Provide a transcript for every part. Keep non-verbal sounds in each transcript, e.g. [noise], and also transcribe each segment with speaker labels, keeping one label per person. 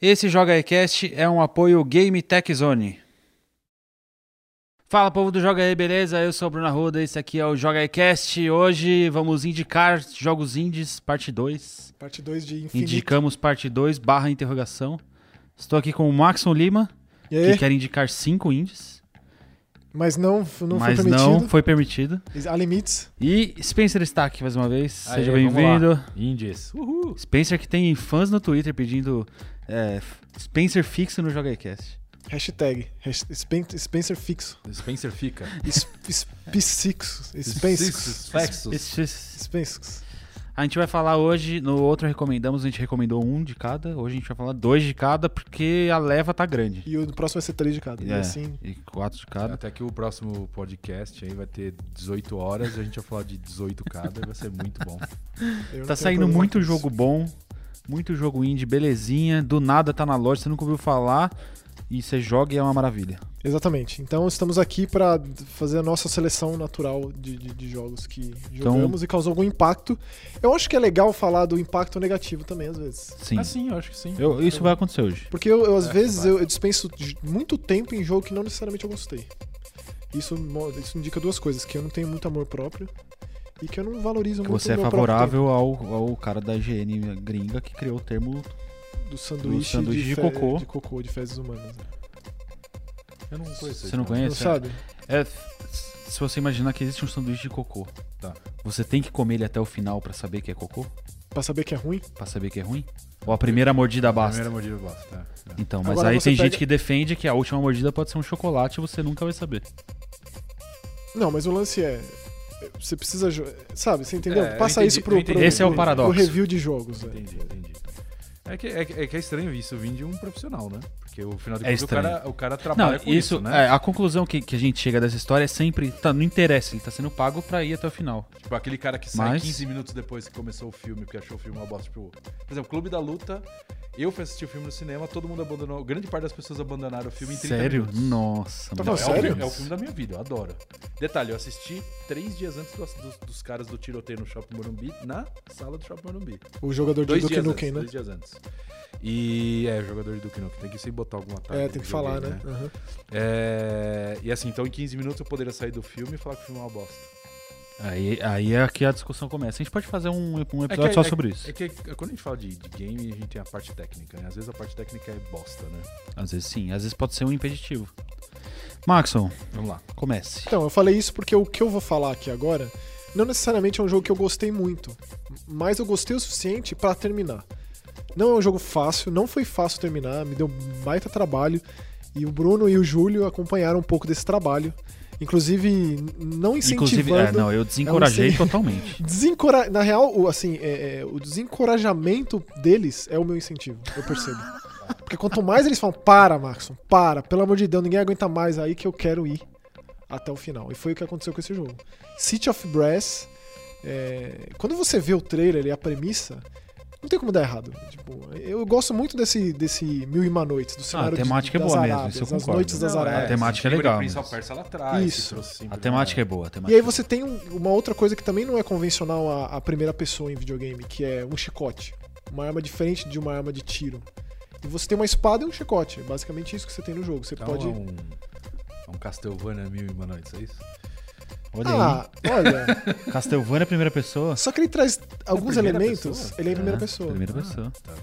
Speaker 1: Esse Joga Ecast é um apoio Game Tech Zone. Fala povo do Joga E, beleza? Eu sou o Bruno Arruda, esse aqui é o Joga Ecast. Hoje vamos indicar jogos indies, parte 2.
Speaker 2: Parte 2 de Infinito.
Speaker 1: Indicamos parte 2, barra interrogação. Estou aqui com o Maxon Lima,
Speaker 2: E
Speaker 1: que
Speaker 2: aí?
Speaker 1: quer indicar cinco indies,
Speaker 2: Mas não, não
Speaker 1: mas
Speaker 2: foi
Speaker 1: não
Speaker 2: permitido.
Speaker 1: foi permitido.
Speaker 2: Há limites.
Speaker 1: E Spencer está aqui mais uma vez,
Speaker 3: Aê,
Speaker 1: seja
Speaker 3: vamos
Speaker 1: bem-vindo.
Speaker 3: lá. Indies. Uhul.
Speaker 2: Uh.
Speaker 1: Spencer que tem fãs no Twitter pedindo é, f- Spencer fixo no Joga Ecast.
Speaker 2: Hashtag. Hash- Spen- Spencer fixo.
Speaker 3: Spencer fica.
Speaker 2: Spicix. Spensix.
Speaker 3: Sexos.
Speaker 1: Esse- esse-
Speaker 2: Spensix.
Speaker 1: A gente vai falar hoje, no outro recomendamos, a gente recomendou um de cada, hoje a gente vai falar dois de cada, porque a leva tá grande.
Speaker 2: E o do próximo vai ser 3 de cada. E
Speaker 1: É,
Speaker 2: assim.
Speaker 1: E quatro de cada.
Speaker 3: Até que o próximo podcast aí vai ter 18 horas e a gente vai falar de 18 cada e vai ser muito bom.
Speaker 2: eu não
Speaker 1: Tá
Speaker 2: tenho
Speaker 1: saindo
Speaker 2: problema
Speaker 1: muito
Speaker 2: com isso.
Speaker 1: jogo bom, muito jogo indie, belezinha, do nada tá na loja, você nunca ouviu falar, e você joga e é uma maravilha.
Speaker 2: Exatamente. Então estamos aqui pra fazer a nossa seleção natural de, de- de jogos que
Speaker 1: Então
Speaker 2: jogamos e causou algum impacto. Eu acho que é legal falar do impacto negativo também, às vezes.
Speaker 1: Sim.
Speaker 3: Ah, sim, eu acho que sim.
Speaker 1: Eu- isso vai acontecer hoje.
Speaker 2: Porque eu, eu, às
Speaker 3: É,
Speaker 2: vezes,
Speaker 3: vai.
Speaker 2: eu, eu dispenso de- muito tempo em jogo que não necessariamente eu gostei. Isso, mo- isso indica duas coisas: que eu não tenho muito amor próprio e que eu não valorizo
Speaker 1: Que
Speaker 2: muito
Speaker 1: você é
Speaker 2: o meu próprio
Speaker 1: favorável ao, ao cara da IGN gringa que criou o termo.
Speaker 2: tempo. do sanduíche,
Speaker 1: sanduíche de
Speaker 2: fe-
Speaker 1: cocô.
Speaker 2: de cocô de fezes humanas. né?
Speaker 3: Eu não conheço.
Speaker 1: Você não
Speaker 3: esse cara.
Speaker 2: Não
Speaker 1: conhece?
Speaker 2: sabe?
Speaker 1: É, se você imaginar que existe um sanduíche de cocô,
Speaker 3: Tá.
Speaker 1: você tem que comer ele até o final pra saber que é cocô?
Speaker 2: Pra saber que é ruim.
Speaker 1: Pra saber que é ruim? Ou a primeira mordida basta?
Speaker 3: Primeira mordida basta. é, é.
Speaker 1: Então, mas
Speaker 2: Agora
Speaker 1: aí
Speaker 2: você
Speaker 1: tem
Speaker 2: pega-
Speaker 1: gente que defende que a última mordida pode ser um chocolate e você nunca vai saber.
Speaker 2: Não, mas o lance é. Você precisa. jo- Sabe, você entendeu?
Speaker 3: É, eu
Speaker 2: Passa
Speaker 3: entendi,
Speaker 2: isso
Speaker 3: eu
Speaker 2: pro,
Speaker 3: entendi.
Speaker 2: pro-
Speaker 1: Esse é o
Speaker 2: pro-
Speaker 1: paradoxo.
Speaker 2: pro review de jogos. né?
Speaker 3: Entendi, entendi. É que, é, que- é que é estranho isso vir de um profissional, né? Porque o final de
Speaker 1: É
Speaker 3: contas o
Speaker 1: estranho.
Speaker 3: cara, o cara
Speaker 1: Não,
Speaker 3: trabalha
Speaker 1: isso,
Speaker 3: com isso, né?
Speaker 1: é, a conclusão que, que a gente chega dessa história é sempre, tá, não interessa, ele tá sendo pago pra ir até o final.
Speaker 3: Tipo, aquele cara que sai
Speaker 1: Mas-
Speaker 3: 15 minutos depois que começou o filme, porque achou o filme uma bosta. Tipo, por exemplo, Clube da Luta, eu fui assistir o filme no cinema, todo mundo abandonou, grande parte das pessoas abandonaram o filme em 30
Speaker 1: Sério?
Speaker 3: minutos.
Speaker 1: Nossa,
Speaker 2: Tá
Speaker 3: Não, é,
Speaker 1: mano.
Speaker 2: falando sério?
Speaker 3: O filme, é o filme da minha vida, eu adoro. Detalhe, eu assisti três dias antes do- dos, dos caras do tiroteio no Shopping Morumbi, na sala do Shopping Morumbi.
Speaker 2: O jogador de
Speaker 3: Dois
Speaker 2: Duke
Speaker 3: dias,
Speaker 2: Nukem,
Speaker 3: antes,
Speaker 2: né?
Speaker 3: dois dias antes. E é, jogador de Duke Nukem, tem que sempre botar alguma tarde.
Speaker 2: É, tem que falar, né? Aham.
Speaker 3: É, e assim, então em 15 minutos eu poderia sair do filme e falar que o filme é uma bosta.
Speaker 1: Aí, aí é que a discussão começa. A gente pode fazer um, um
Speaker 3: É
Speaker 1: episódio
Speaker 3: que-
Speaker 1: só
Speaker 3: é-
Speaker 1: sobre isso.
Speaker 3: É que é, quando a gente fala de, de game, a gente tem a parte técnica, né? Às vezes a parte técnica é bosta, né?
Speaker 1: Às vezes sim, às vezes pode ser um impeditivo. Maxon,
Speaker 3: Vamos lá.
Speaker 1: comece.
Speaker 3: Tá
Speaker 2: Então, eu falei isso porque o que eu vou falar aqui agora não necessariamente é um jogo que eu gostei muito, mas eu gostei o suficiente pra terminar. Não é um jogo fácil, não foi fácil terminar, me deu um baita trabalho e o Bruno e o Júlio acompanharam um pouco desse trabalho, inclusive n- não
Speaker 1: Inclusive,
Speaker 2: incentivando.
Speaker 1: é, não,
Speaker 3: um
Speaker 1: eu desencorajei
Speaker 2: incen-
Speaker 1: totalmente.
Speaker 2: Desencora... Na real, o, assim, é- é, o desencorajamento deles é o meu incentivo, eu percebo. Porque quanto mais eles falam, para, Maxon, para, pelo amor de Deus, ninguém aguenta mais é aí que eu quero ir até o final. E foi o que aconteceu com esse jogo. City of Brass, é, quando você vê o trailer e a premissa, não tem como dar errado. Tipo, eu gosto muito desse, desse Mil e Uma Noites, do cenário de-
Speaker 1: temática é
Speaker 2: das
Speaker 1: boa mesmo,
Speaker 2: Arábias,
Speaker 1: isso eu
Speaker 2: das
Speaker 1: concordo.
Speaker 2: Noites das
Speaker 1: Não, é,
Speaker 2: Arábias.
Speaker 1: a temática é legal,
Speaker 3: Prince
Speaker 1: mas-
Speaker 3: of Persia lá atrás.
Speaker 2: Isso.
Speaker 3: que trouxe
Speaker 1: A
Speaker 3: sempre né?
Speaker 1: temática é
Speaker 3: uma-
Speaker 1: boa, a
Speaker 2: E
Speaker 1: temática
Speaker 2: aí
Speaker 1: é
Speaker 2: você tem um- uma outra coisa que também não é convencional à, à primeira pessoa em videogame, que é um chicote. Uma arma diferente de uma arma de tiro. E você tem uma espada e um chicote. É basicamente isso que você tem no jogo. Você
Speaker 3: Então
Speaker 2: pode.
Speaker 3: é um, é um Castlevania Mil e Uma Noites, é isso?
Speaker 1: boa. Olha
Speaker 2: Ah,
Speaker 1: [laughs]
Speaker 2: olha.
Speaker 1: aí, Castlevania primeira pessoa.
Speaker 2: Só que ele traz alguns
Speaker 3: primeira
Speaker 2: elementos.
Speaker 3: pessoa?
Speaker 2: Ele é em primeira
Speaker 1: É,
Speaker 2: pessoa.
Speaker 1: Primeira pessoa.
Speaker 3: Tá.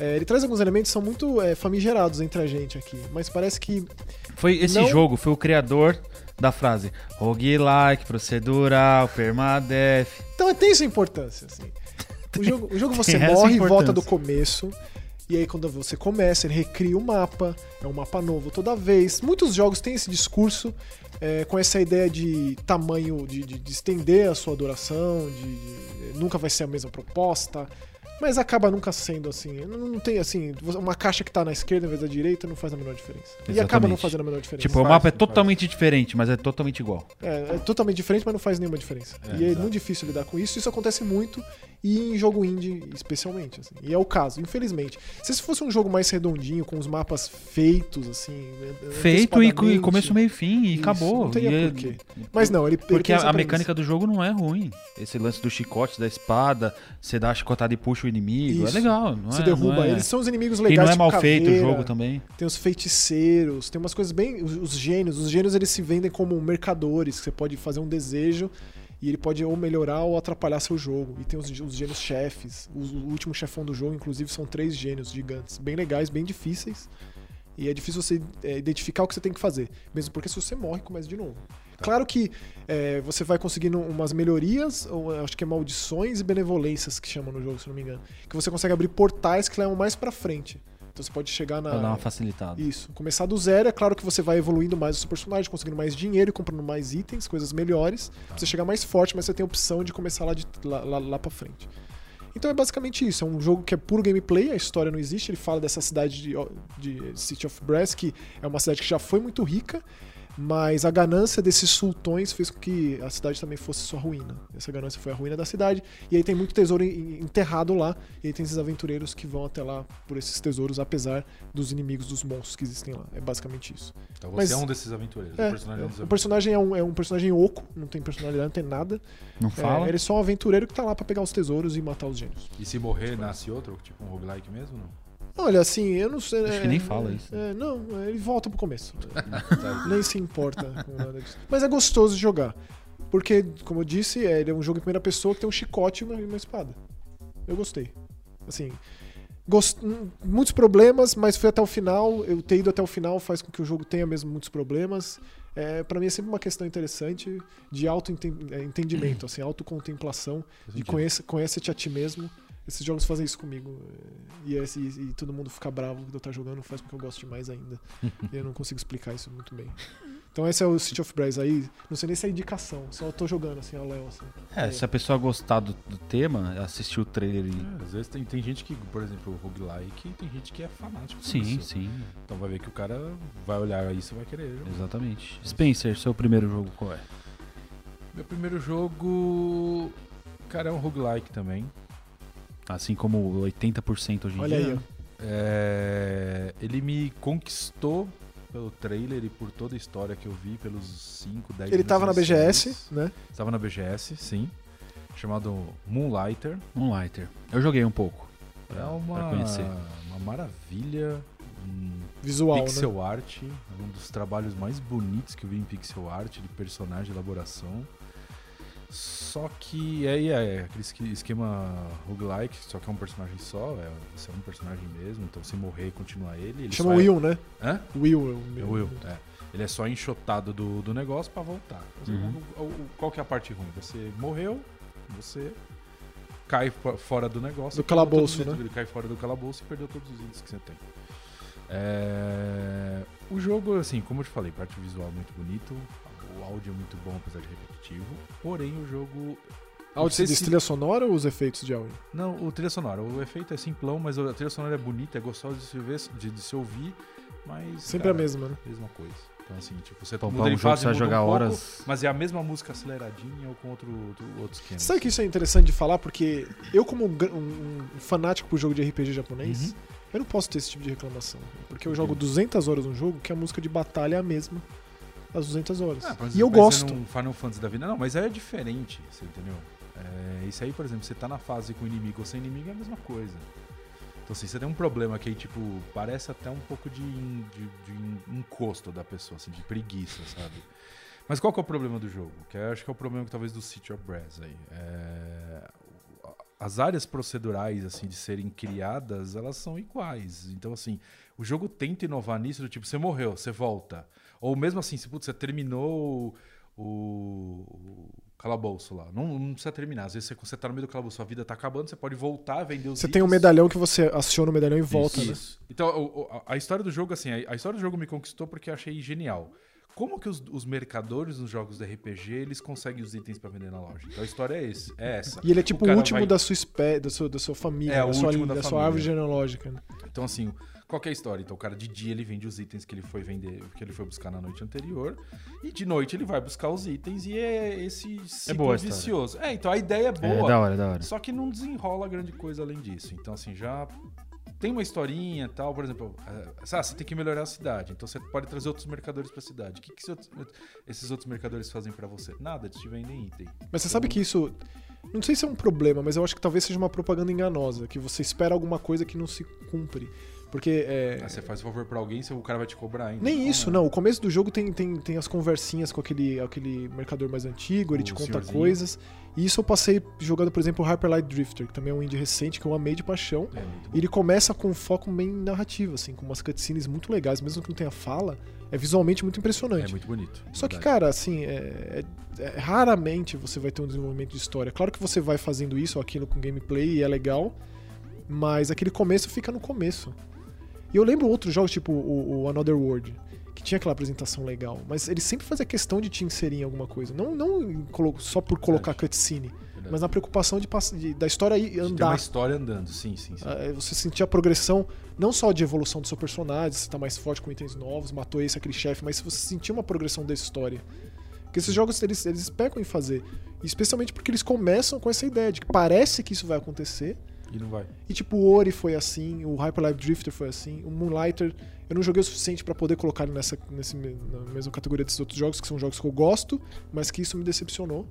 Speaker 2: É, ele traz alguns elementos que são muito é, famigerados entre a gente aqui. Mas parece que.
Speaker 1: Foi esse
Speaker 2: Não-
Speaker 1: jogo, foi o criador da frase roguelike, procedural, permadeath.
Speaker 2: Então tem essa importância, assim. O jogo, o jogo você
Speaker 1: [laughs] Tem essa
Speaker 2: morre e volta
Speaker 1: importância.
Speaker 2: do começo. E aí quando você começa, ele recria o mapa, é um mapa novo toda vez. Muitos jogos têm esse discurso, é, com essa ideia de tamanho, de, de- de estender a sua duração, de, de- nunca vai ser a mesma proposta. Mas acaba nunca sendo assim. Não, não tem assim, uma caixa que tá na esquerda em vez da direita não faz a menor diferença. E acaba não
Speaker 1: Exatamente.
Speaker 2: fazendo a menor diferença.
Speaker 1: Tipo, o
Speaker 3: faz,
Speaker 1: mapa é
Speaker 3: não
Speaker 1: totalmente diferente, mas é totalmente igual.
Speaker 2: É, é totalmente diferente, mas não faz nenhuma diferença.
Speaker 3: É,
Speaker 2: e é
Speaker 3: exato.
Speaker 2: muito difícil lidar com isso. Isso acontece muito e em jogo indie, especialmente. assim. E é o caso, infelizmente. Se esse fosse um jogo mais redondinho, com os mapas feitos, assim.
Speaker 1: Feito e, co- e
Speaker 2: antecipadamente,
Speaker 1: começo, meio e fim, e
Speaker 2: isso,
Speaker 1: acabou.
Speaker 2: Não teria
Speaker 1: E é-
Speaker 2: porquê. Mas não, ele. ele
Speaker 1: Porque
Speaker 2: tem
Speaker 1: a,
Speaker 2: essa
Speaker 1: a
Speaker 2: premissa.
Speaker 1: mecânica do jogo não é ruim. Esse lance do chicote, da espada, você dá a chicotada e puxa o inimigo.
Speaker 2: Isso.
Speaker 1: É legal. Não
Speaker 2: Você
Speaker 1: é,
Speaker 2: derruba.
Speaker 1: não é.
Speaker 2: Eles são os inimigos
Speaker 1: E
Speaker 2: legais.
Speaker 1: não é
Speaker 2: tipo
Speaker 1: mal feito o
Speaker 2: caveira,
Speaker 1: jogo também.
Speaker 2: Tem os feiticeiros, tem umas coisas bem. Os, os gênios. Os gênios eles se vendem como mercadores, que você pode fazer um desejo e ele pode ou melhorar ou atrapalhar seu jogo. E tem os, os gênios chefes. Os- o último chefão do jogo, inclusive, são três gênios gigantes. Bem legais, bem difíceis. E é difícil você é, identificar o que você tem que fazer. Mesmo porque se você morre, começa de novo.
Speaker 1: Tá.
Speaker 2: Claro que é, você vai conseguindo umas melhorias, ou, é, acho que é maldições e benevolências que chamam no jogo, se não me engano. Que você consegue abrir portais que levam mais pra frente. Então você pode chegar na.
Speaker 1: Pra dar uma facilitada.
Speaker 2: Isso. Começar do zero, é claro que você vai evoluindo mais o seu personagem, conseguindo mais dinheiro, comprando mais itens, coisas melhores. Você chega mais forte, mas você tem a opção de começar lá, de, lá, lá, lá pra frente. Então é basicamente isso. É um jogo que é puro gameplay, a história não existe. Ele fala dessa cidade de, de City of Brass, que é uma cidade que já foi muito rica, mas a ganância desses sultões fez com que a cidade também fosse sua ruína. Essa ganância foi a ruína da cidade. E aí tem muito tesouro en- enterrado lá. E aí tem esses aventureiros que vão até lá por esses tesouros, apesar dos inimigos, dos monstros que existem lá. É basicamente isso.
Speaker 3: Então você
Speaker 2: Mas-
Speaker 3: é um desses aventureiros.
Speaker 2: É,
Speaker 3: o personagem é um dos
Speaker 2: o
Speaker 3: aventureiros.
Speaker 2: personagem é um, é um personagem oco, não tem personalidade, não tem nada.
Speaker 1: Não
Speaker 2: É,
Speaker 1: fala?
Speaker 2: ele é só um aventureiro que tá lá pra pegar os tesouros e matar os gênios.
Speaker 3: E se morrer, nasce outro? Tipo um roguelike mesmo? Não?
Speaker 2: Olha, assim, eu não sei.
Speaker 1: Acho que nem fala isso. né?
Speaker 2: é, não, ele volta
Speaker 1: [laughs]
Speaker 2: pro começo.
Speaker 3: Tá.
Speaker 2: nem se importa com nada disso. Mas é gostoso de jogar. Porque, como eu disse, é, ele é um jogo em primeira pessoa que tem um chicote e uma, e uma espada. Eu gostei. Assim. gost- hum, Muitos problemas, mas fui até o final. Eu ter ido até o final faz com que o jogo tenha mesmo muitos problemas. É, para mim é sempre uma questão interessante de auto-entendimento, assim, autocontemplação. E conhece- conhece-te a ti mesmo. Esses jogos fazem isso comigo. eh, E, esse- e- e todo mundo fica bravo que eu tá jogando, faz com que eu goste mais
Speaker 3: [laughs]
Speaker 2: ainda. e eu não consigo explicar isso muito bem. Então esse é o City of Brass aí. Não sei nem se é indicação, só eu tô jogando assim, ao Léo. Assim.
Speaker 1: É, se a pessoa gostar do, do tema, assistir o trailer
Speaker 2: Hum.
Speaker 1: e.
Speaker 3: É, às vezes tem, tem gente que, por exemplo, o roguelike, tem gente que é fanático por
Speaker 1: Sim,
Speaker 3: isso.
Speaker 1: sim,
Speaker 3: Então vai ver que o cara vai olhar isso e vai querer. jogar.
Speaker 1: exatamente. Spencer, seu primeiro jogo qual é?
Speaker 3: Meu primeiro jogo. Cara, é um roguelike também.
Speaker 1: Assim como 80% hoje em
Speaker 2: Olha
Speaker 1: dia.
Speaker 2: aí, ó.
Speaker 3: É, Ele me conquistou pelo trailer e por toda a história que eu vi, pelos 5, 10
Speaker 2: Ele tava na
Speaker 3: minutos
Speaker 2: BGS,
Speaker 3: iniciais.
Speaker 2: né?
Speaker 3: Tava na BGS, sim. Chamado Moonlighter.
Speaker 1: Moonlighter. Eu joguei um pouco. Pra,
Speaker 3: é uma,
Speaker 1: pra conhecer.
Speaker 3: uma maravilha. um
Speaker 2: Visual, né?
Speaker 3: pixel art, um dos trabalhos mais bonitos que eu vi em pixel art, de personagem, elaboração. Só que é, é, é aquele esque- esquema roguelike, só que é um personagem só, é, você é um personagem mesmo, então se morrer e continuar ele. ele
Speaker 2: Chama
Speaker 3: só é-
Speaker 2: Will, né?
Speaker 3: Hã?
Speaker 2: Will, é o
Speaker 3: É
Speaker 2: meu.
Speaker 3: o Will, é. Ele é só enxotado do, do negócio pra voltar. Mas
Speaker 1: Uhum.
Speaker 3: o- o- o- qual que é a parte ruim? Você morreu, você cai fo- fora do negócio.
Speaker 2: Do
Speaker 3: e perdeu todos os
Speaker 2: calabouço,
Speaker 3: itens.
Speaker 2: né?
Speaker 3: Ele cai fora do calabouço e perdeu todos os itens que você tem. É, O jogo, assim, como eu te falei, parte visual muito bonito, o áudio é muito bom, apesar de repetitivo. Porém, o jogo... não
Speaker 2: Áudio
Speaker 3: sei
Speaker 2: de
Speaker 3: se-
Speaker 2: trilha sonora ou os efeitos de áudio?
Speaker 3: não, o trilha sonora. O efeito é simplão, mas a trilha sonora é bonita, é gostosa de se, ver, de, de se ouvir, mas...
Speaker 2: Sempre a
Speaker 3: cara,
Speaker 2: mesma, né?
Speaker 3: mesma coisa. Então, assim, tipo, você
Speaker 1: Então,
Speaker 3: muda
Speaker 1: pra um jogo
Speaker 3: de
Speaker 1: que
Speaker 3: fase,
Speaker 1: você vai
Speaker 3: muda um
Speaker 1: jogar
Speaker 3: pouco,
Speaker 1: horas.
Speaker 3: Mas é a mesma música aceleradinha ou com outro, outro, outro esquema. assim.
Speaker 2: Sabe que isso é interessante de falar? Porque eu, como um, gr- um- um fanático por jogo de RPG japonês,
Speaker 3: Uhum.
Speaker 2: eu não posso ter esse tipo de reclamação. Porque eu jogo 200 horas um jogo que a música de batalha é a mesma as 200 horas.
Speaker 3: Ah, por
Speaker 2: e
Speaker 3: exemplo,
Speaker 2: eu
Speaker 3: vai
Speaker 2: gosto.
Speaker 3: ser num Final Fantasy da vida. Não, mas aí é diferente, você entendeu? É, isso aí, por exemplo, você tá na fase com inimigo ou sem inimigo, é a mesma coisa. Então, assim, você tem um problema que aí, tipo, parece até um pouco de, en- de, de en- encosto da pessoa, assim, de preguiça, sabe? Mas qual que é o problema do jogo? Que eu acho que é o problema que talvez do City of Brass aí. É, As áreas procedurais, assim, de serem criadas, elas são iguais. Então, assim, o jogo tenta inovar nisso, do tipo, você morreu, você volta. Ou mesmo assim, se putz, você terminou o, o calabouço lá. Não, não precisa terminar. Às vezes você, você tá no meio do calabouço, sua vida tá acabando, você pode voltar, vender os
Speaker 2: Você tem um
Speaker 3: itens.
Speaker 2: medalhão que você aciona o medalhão e volta, né?
Speaker 3: Isso. Então, o- o- a- a história do jogo, assim, a, a história do jogo me conquistou porque eu achei genial. Como que os, os mercadores nos jogos de RPG, eles conseguem os itens pra vender na loja? Então a história é, esse, é essa.
Speaker 2: E ele é tipo o,
Speaker 3: cara
Speaker 2: último
Speaker 3: vai-
Speaker 2: da sua espé, da sua, da sua família,
Speaker 3: É, o
Speaker 2: da, sua,
Speaker 3: último
Speaker 2: da,
Speaker 3: da
Speaker 2: sua
Speaker 3: família.
Speaker 2: árvore genealógica. Né?
Speaker 3: Então, assim, qual que é a história? Então, o cara de dia ele vende os itens que ele foi vender, que ele foi buscar na noite anterior, e de noite ele vai buscar os itens e é esse ciclo
Speaker 1: boa a história.
Speaker 3: vicioso. É, então a ideia é
Speaker 1: É,
Speaker 3: boa.
Speaker 1: da hora,
Speaker 2: né?
Speaker 1: da hora.
Speaker 3: Só que não desenrola grande coisa além disso. Então, assim, já tem uma historinha e tal, por exemplo, ah, ah, você tem que melhorar a cidade, então você pode trazer outros mercadores pra cidade. O que, que esses outros- esses outros mercadores fazem pra você? Nada, eles te vendem item.
Speaker 2: Mas você sabe que isso Não sei se é um problema, mas eu acho que talvez seja uma propaganda enganosa, que você espera alguma coisa que não se cumpre. Porque é,
Speaker 3: Ah, você faz o favor pra alguém, se o cara vai te cobrar ainda.
Speaker 2: nem
Speaker 3: Não,
Speaker 2: isso,
Speaker 3: né?
Speaker 2: não. O começo do jogo tem, tem, tem as conversinhas com aquele, aquele mercador mais antigo, ele
Speaker 3: O
Speaker 2: te conta
Speaker 3: senhorzinho.
Speaker 2: coisas. E isso eu passei jogando, por exemplo, o Hyper Light Drifter, que também é um indie recente que eu amei de paixão.
Speaker 3: É, muito
Speaker 2: E ele começa com um foco bem narrativo, assim, com umas cutscenes muito legais, mesmo que não tenha fala, é visualmente muito
Speaker 3: bonito. É
Speaker 2: impressionante.
Speaker 3: muito bonito.
Speaker 2: Só que,
Speaker 3: verdade.
Speaker 2: cara, assim, é- é- é- raramente você vai ter um desenvolvimento de história. Claro que você vai fazendo isso ou aquilo com gameplay e é legal, mas aquele começo fica no começo. E eu lembro outros jogos, tipo o, o Another World, que tinha aquela apresentação legal, mas ele sempre fazia questão de te inserir em alguma coisa. Não, não em colo- só por colocar cutscene,
Speaker 3: Verdade.
Speaker 2: mas na preocupação de, pass- de- da história ir
Speaker 3: Você Tem uma
Speaker 2: andar.
Speaker 3: história andando, sim, sim, sim.
Speaker 2: Ah, é, Você sentir a progressão, não só de evolução do seu personagem, se tá mais forte com itens novos, matou esse, aquele chefe, mas se você sentir uma progressão da história. Porque esses jogos, eles, eles pecam em fazer. Especialmente porque eles começam com essa ideia de que parece que isso vai acontecer.
Speaker 3: E não vai.
Speaker 2: E tipo, o Ori foi assim, o Hyper Life Drifter foi assim, o Moonlighter... Eu não joguei o suficiente pra poder colocar ele nessa, nesse, me- na mesma categoria desses outros jogos, que são jogos que eu gosto, mas que isso me decepcionou.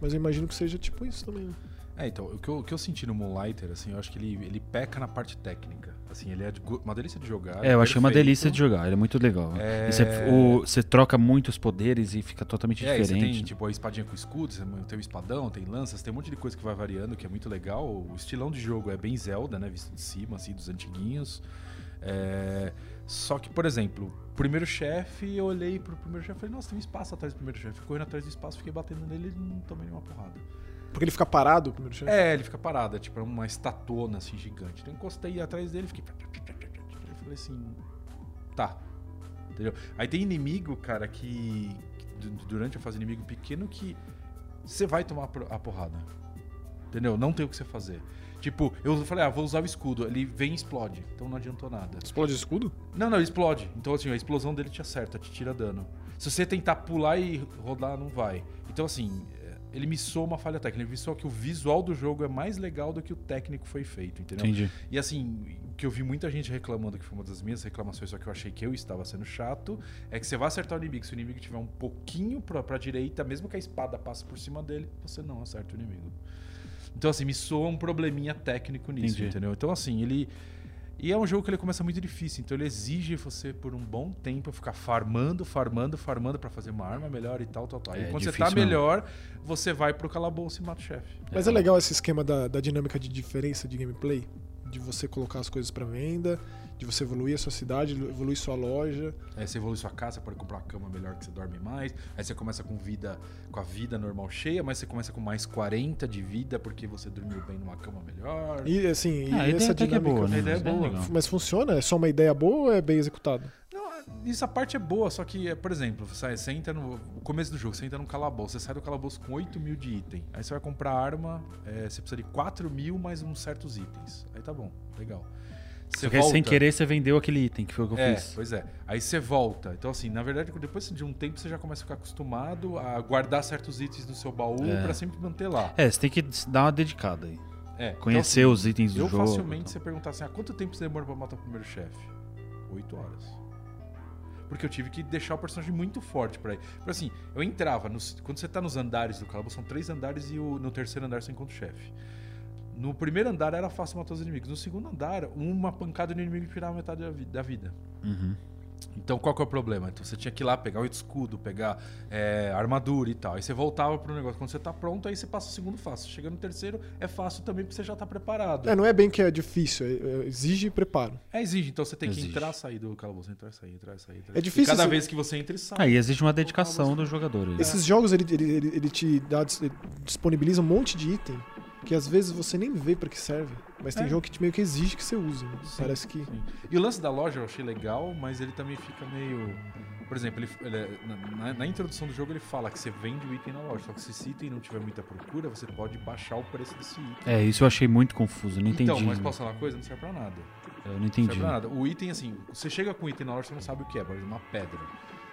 Speaker 2: Mas eu imagino que seja tipo isso também. né?
Speaker 3: É, então, o que, eu, o que eu senti no Moonlighter, assim, eu acho que ele, ele peca na parte técnica. Assim, ele é de go- uma delícia de jogar.
Speaker 1: É, eu achei uma
Speaker 3: perfeito.
Speaker 1: delícia de jogar, ele é muito legal.
Speaker 3: É.
Speaker 1: E Você, o- você troca muitos poderes e fica totalmente
Speaker 3: É, e você
Speaker 1: diferente.
Speaker 3: tem, tipo, a espadinha com escudo, você tem o espadão, tem lanças, tem um monte de coisa que vai variando, que é muito legal. O estilão de jogo é bem Zelda, né? Visto de cima, assim, dos antiguinhos. É, Só que, por exemplo, o primeiro chefe, eu olhei pro primeiro chefe e falei, nossa, tem um espaço atrás do primeiro chefe. Fiquei Correndo atrás do espaço, fiquei batendo nele e não tomei nenhuma porrada.
Speaker 2: Porque ele fica parado, o primeiro chefe.
Speaker 3: É, ele fica parado, é tipo uma estatona assim gigante. Então eu encostei atrás dele, fiquei. Eu falei assim. Tá. Entendeu? Aí tem inimigo, cara, que. que du- Durante a fase inimigo pequeno que. Você vai tomar a por- a porrada. Entendeu? Não tem o que você fazer. Tipo, eu falei, ah, vou usar o escudo. Ele vem e explode. Então não adiantou nada.
Speaker 2: Explode o escudo?
Speaker 3: Não, não, ele explode. Então, assim, a explosão dele te acerta, te tira dano. Se você tentar pular e rodar, não vai. Então, assim, é, ele missou uma falha técnica. Ele missou que o visual do jogo é mais legal do que o técnico foi feito, entendeu?
Speaker 1: Entendi.
Speaker 3: E assim, o que eu vi muita gente reclamando, que foi uma das minhas reclamações, só que eu achei que eu estava sendo chato, é que você vai acertar o inimigo. Se o inimigo tiver um pouquinho pra, pra direita, mesmo que a espada passe por cima dele, você não acerta o inimigo. Então, assim, me soa um probleminha técnico nisso,
Speaker 1: Entendi.
Speaker 3: entendeu? Então, assim, ele. E é um jogo que ele começa muito difícil, então ele exige você por um bom tempo ficar farmando, farmando, farmando pra fazer uma arma melhor e tal, tal, tal.
Speaker 1: É,
Speaker 3: e quando você
Speaker 1: difícil
Speaker 3: tá
Speaker 1: mesmo.
Speaker 3: melhor, você vai pro calabouço e mata o chefe.
Speaker 2: Mas é legal esse esquema da, da dinâmica de diferença de gameplay? De você colocar as coisas pra venda, de você evoluir a sua cidade, evoluir sua loja.
Speaker 3: Aí É, você evolui sua casa, você pode comprar uma cama melhor que você dorme mais. Aí você começa com vida, com a vida normal cheia, mas você começa com mais 40 de vida porque você dormiu bem numa cama melhor.
Speaker 2: E assim,
Speaker 1: Ah, a
Speaker 2: e
Speaker 1: ideia
Speaker 2: essa
Speaker 1: até que é
Speaker 2: dinâmica.
Speaker 1: boa, né?
Speaker 3: a ideia é
Speaker 1: Mas
Speaker 3: boa.
Speaker 1: legal.
Speaker 2: Mas funciona? É só uma ideia boa ou é bem executado?
Speaker 3: Não, isso a parte é boa, só que, é, por exemplo, você, você entra no o começo do jogo, você entra num calabouço, você sai do calabouço com 8 mil de item. Aí você vai comprar arma, é, você precisa de 4 mil mais uns certos itens. Aí tá bom, legal. Você
Speaker 1: Porque sem querer você vendeu aquele item, que foi o que eu
Speaker 3: É,
Speaker 1: fiz.
Speaker 3: pois é. Aí você volta. Então, assim, na verdade, depois de um tempo, você já começa a ficar acostumado a guardar certos itens no seu baú
Speaker 1: É.
Speaker 3: pra sempre manter lá.
Speaker 1: É, você tem que dar uma dedicada aí.
Speaker 3: É, então,
Speaker 1: Conhecer
Speaker 3: assim,
Speaker 1: os itens do
Speaker 3: Eu
Speaker 1: jogo.
Speaker 3: facilmente, se você perguntar assim, ah, quanto tempo você demora pra matar o primeiro chefe? Oito horas. Porque eu tive que deixar o personagem muito forte pra ele. Porque assim, eu entrava, nos- quando você tá nos andares do calabouço, são três andares e o- no terceiro andar você encontra o chefe. No primeiro andar era fácil matar os inimigos. No segundo andar, uma pancada no inimigo tirava metade da vi- da vida.
Speaker 1: Uhum.
Speaker 3: Então qual que é o problema? Então você tinha que ir lá pegar o escudo, pegar é, armadura e tal. Aí você voltava pro negócio. Quando você tá pronto, aí você passa o segundo fácil. Chega no terceiro, é fácil também porque você já tá preparado.
Speaker 2: É, não é bem que é difícil, é- é- exige preparo.
Speaker 3: É, exige. Então você tem que
Speaker 1: Exige.
Speaker 3: entrar, sair do calabouço, entrar, sair, entrar, sair. Entrar.
Speaker 2: É difícil
Speaker 3: E cada
Speaker 2: você-
Speaker 3: vez que você entra e sai.
Speaker 1: Aí exige Ah, uma dedicação do jogador. aí. né?
Speaker 2: Esses jogos, ele, ele, ele, ele te dá, ele disponibiliza um monte de item que às vezes você nem vê pra que serve. Mas tem
Speaker 3: É.
Speaker 2: jogo que te meio que exige que você use. né?
Speaker 3: Sim,
Speaker 2: Parece que.
Speaker 3: sim. E o lance da loja eu achei legal, mas ele também fica meio. Por exemplo, ele, ele- na, na- na introdução do jogo ele fala que você vende o item na loja. Só que se esse item não tiver muita procura, você pode baixar o preço desse item.
Speaker 1: É, isso eu achei muito confuso, não entendi.
Speaker 3: Então, mas posso falar uma coisa? Não serve pra nada.
Speaker 1: Eu não
Speaker 3: Não
Speaker 1: entendi.
Speaker 3: serve pra nada. O item, assim, você chega com o item na loja, você não sabe o que é, por exemplo, uma pedra.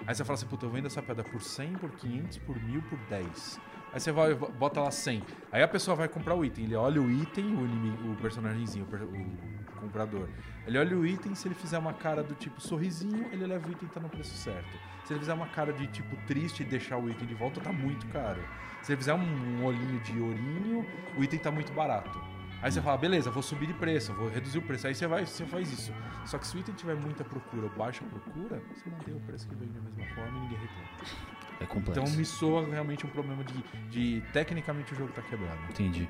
Speaker 3: Aí você fala assim, puta, eu vendo essa pedra por 100, por 500, por 1000, por 10. Aí você vai, bota lá 100. Aí a pessoa vai comprar o item. Ele olha o item, o, inimigo, o personagemzinho, o per- o comprador. Ele olha o item, se ele fizer uma cara do tipo sorrisinho, ele leva o item e tá no preço certo. Se ele fizer uma cara de tipo triste e deixar o item de volta, tá muito caro. Se ele fizer um, um olhinho de ourinho, o item tá muito barato. Aí você fala, beleza, vou subir de preço, vou reduzir o preço. Aí você, vai, você faz isso. Só que se o item tiver muita procura ou baixa procura, você mantém o preço que vem da mesma forma e ninguém reclama.
Speaker 1: É complexo.
Speaker 3: Então me soa realmente um problema de, de tecnicamente o jogo tá quebrado.
Speaker 1: Entendi.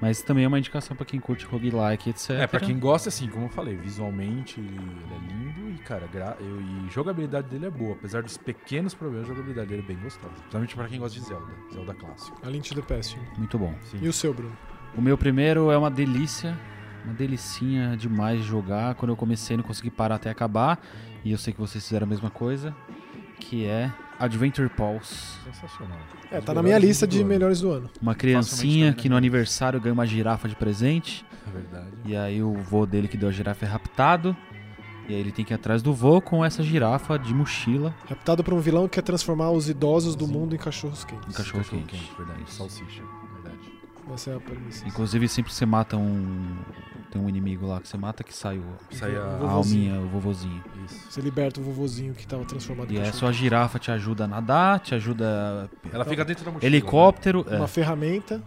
Speaker 1: Mas também é uma indicação pra quem curte roguelike, etc.
Speaker 3: É, pra quem gosta, assim, como eu falei, visualmente ele é lindo e, cara, gra... eu- e jogabilidade dele é boa. Apesar dos pequenos problemas, a jogabilidade dele é bem gostosa. Principalmente pra quem gosta de Zelda, Zelda clássico.
Speaker 2: A Link to the Past.
Speaker 1: Muito bom.
Speaker 2: E o seu, Bruno?
Speaker 1: O meu primeiro é uma delícia. Uma delicinha demais de jogar. Quando eu comecei, não consegui parar até acabar. E eu sei que vocês fizeram a mesma coisa. Que é Adventure Pulse.
Speaker 3: Sensacional.
Speaker 2: É,
Speaker 3: Os
Speaker 2: tá na minha
Speaker 3: melhores
Speaker 2: lista de
Speaker 3: jogos.
Speaker 2: melhores do ano.
Speaker 1: Uma criancinha
Speaker 3: também,
Speaker 1: que
Speaker 3: né?
Speaker 1: no aniversário ganha uma girafa de presente.
Speaker 3: É verdade.
Speaker 1: E aí o vô dele que deu a girafa é raptado. E aí ele tem que ir atrás do vô com essa girafa de mochila.
Speaker 2: Raptado por um vilão que quer transformar os idosos do mundo em cachorros
Speaker 1: Um
Speaker 2: quentes.
Speaker 1: cachorro quente.
Speaker 3: verdade.
Speaker 1: Isso.
Speaker 3: Salsicha, verdade.
Speaker 2: Essa é a premissa.
Speaker 1: Inclusive, sempre você mata um. Tem um inimigo lá que você mata que sai o.
Speaker 3: Sai a
Speaker 2: O
Speaker 1: A
Speaker 2: vovozinho.
Speaker 1: alminha, o vovozinho.
Speaker 3: Isso.
Speaker 2: Você liberta o vovozinho que tava transformado
Speaker 1: E
Speaker 2: em
Speaker 1: é
Speaker 2: cachorro.
Speaker 1: só a girafa te ajuda a nadar, te ajuda.
Speaker 3: Ela fica dentro da mochila. né?
Speaker 1: Helicóptero.
Speaker 2: Uma
Speaker 1: é.
Speaker 2: ferramenta.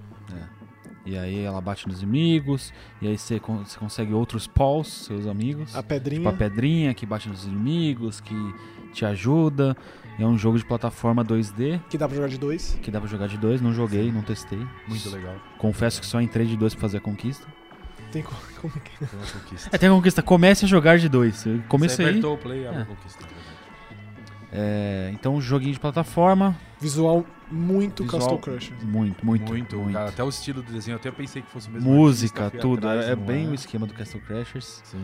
Speaker 1: E aí ela bate nos inimigos. E aí você, con- você consegue outros paws, seus amigos.
Speaker 2: A
Speaker 1: Tipo
Speaker 2: pedrinha.
Speaker 1: a pedrinha que bate nos inimigos, que te ajuda. É um jogo de plataforma 2D.
Speaker 2: Que dá pra jogar de dois.
Speaker 1: Que dá pra jogar de dois, não joguei, não testei.
Speaker 3: né? Muito legal.
Speaker 1: Confesso que só entrei de dois pra fazer a conquista.
Speaker 2: Tem co- [laughs] como é que é?
Speaker 3: Foi uma conquista.
Speaker 1: É, tem a conquista, comece a jogar de dois. Eu
Speaker 3: Você
Speaker 1: Comecei.
Speaker 3: apertou o play, abre
Speaker 1: É.
Speaker 3: a conquista. na verdade.
Speaker 1: É, então, um joguinho de plataforma,
Speaker 2: Visual muito
Speaker 1: Visual-
Speaker 2: Castle Crusher.
Speaker 1: muito, muito. Muito,
Speaker 3: cara, até o estilo do desenho, eu até pensei que fosse o mesmo.
Speaker 1: Música,
Speaker 3: artista, fui
Speaker 1: tudo.
Speaker 3: atrás, né?
Speaker 1: É, é
Speaker 3: não
Speaker 1: bem o esquema do Castle Crashers.
Speaker 3: Sim.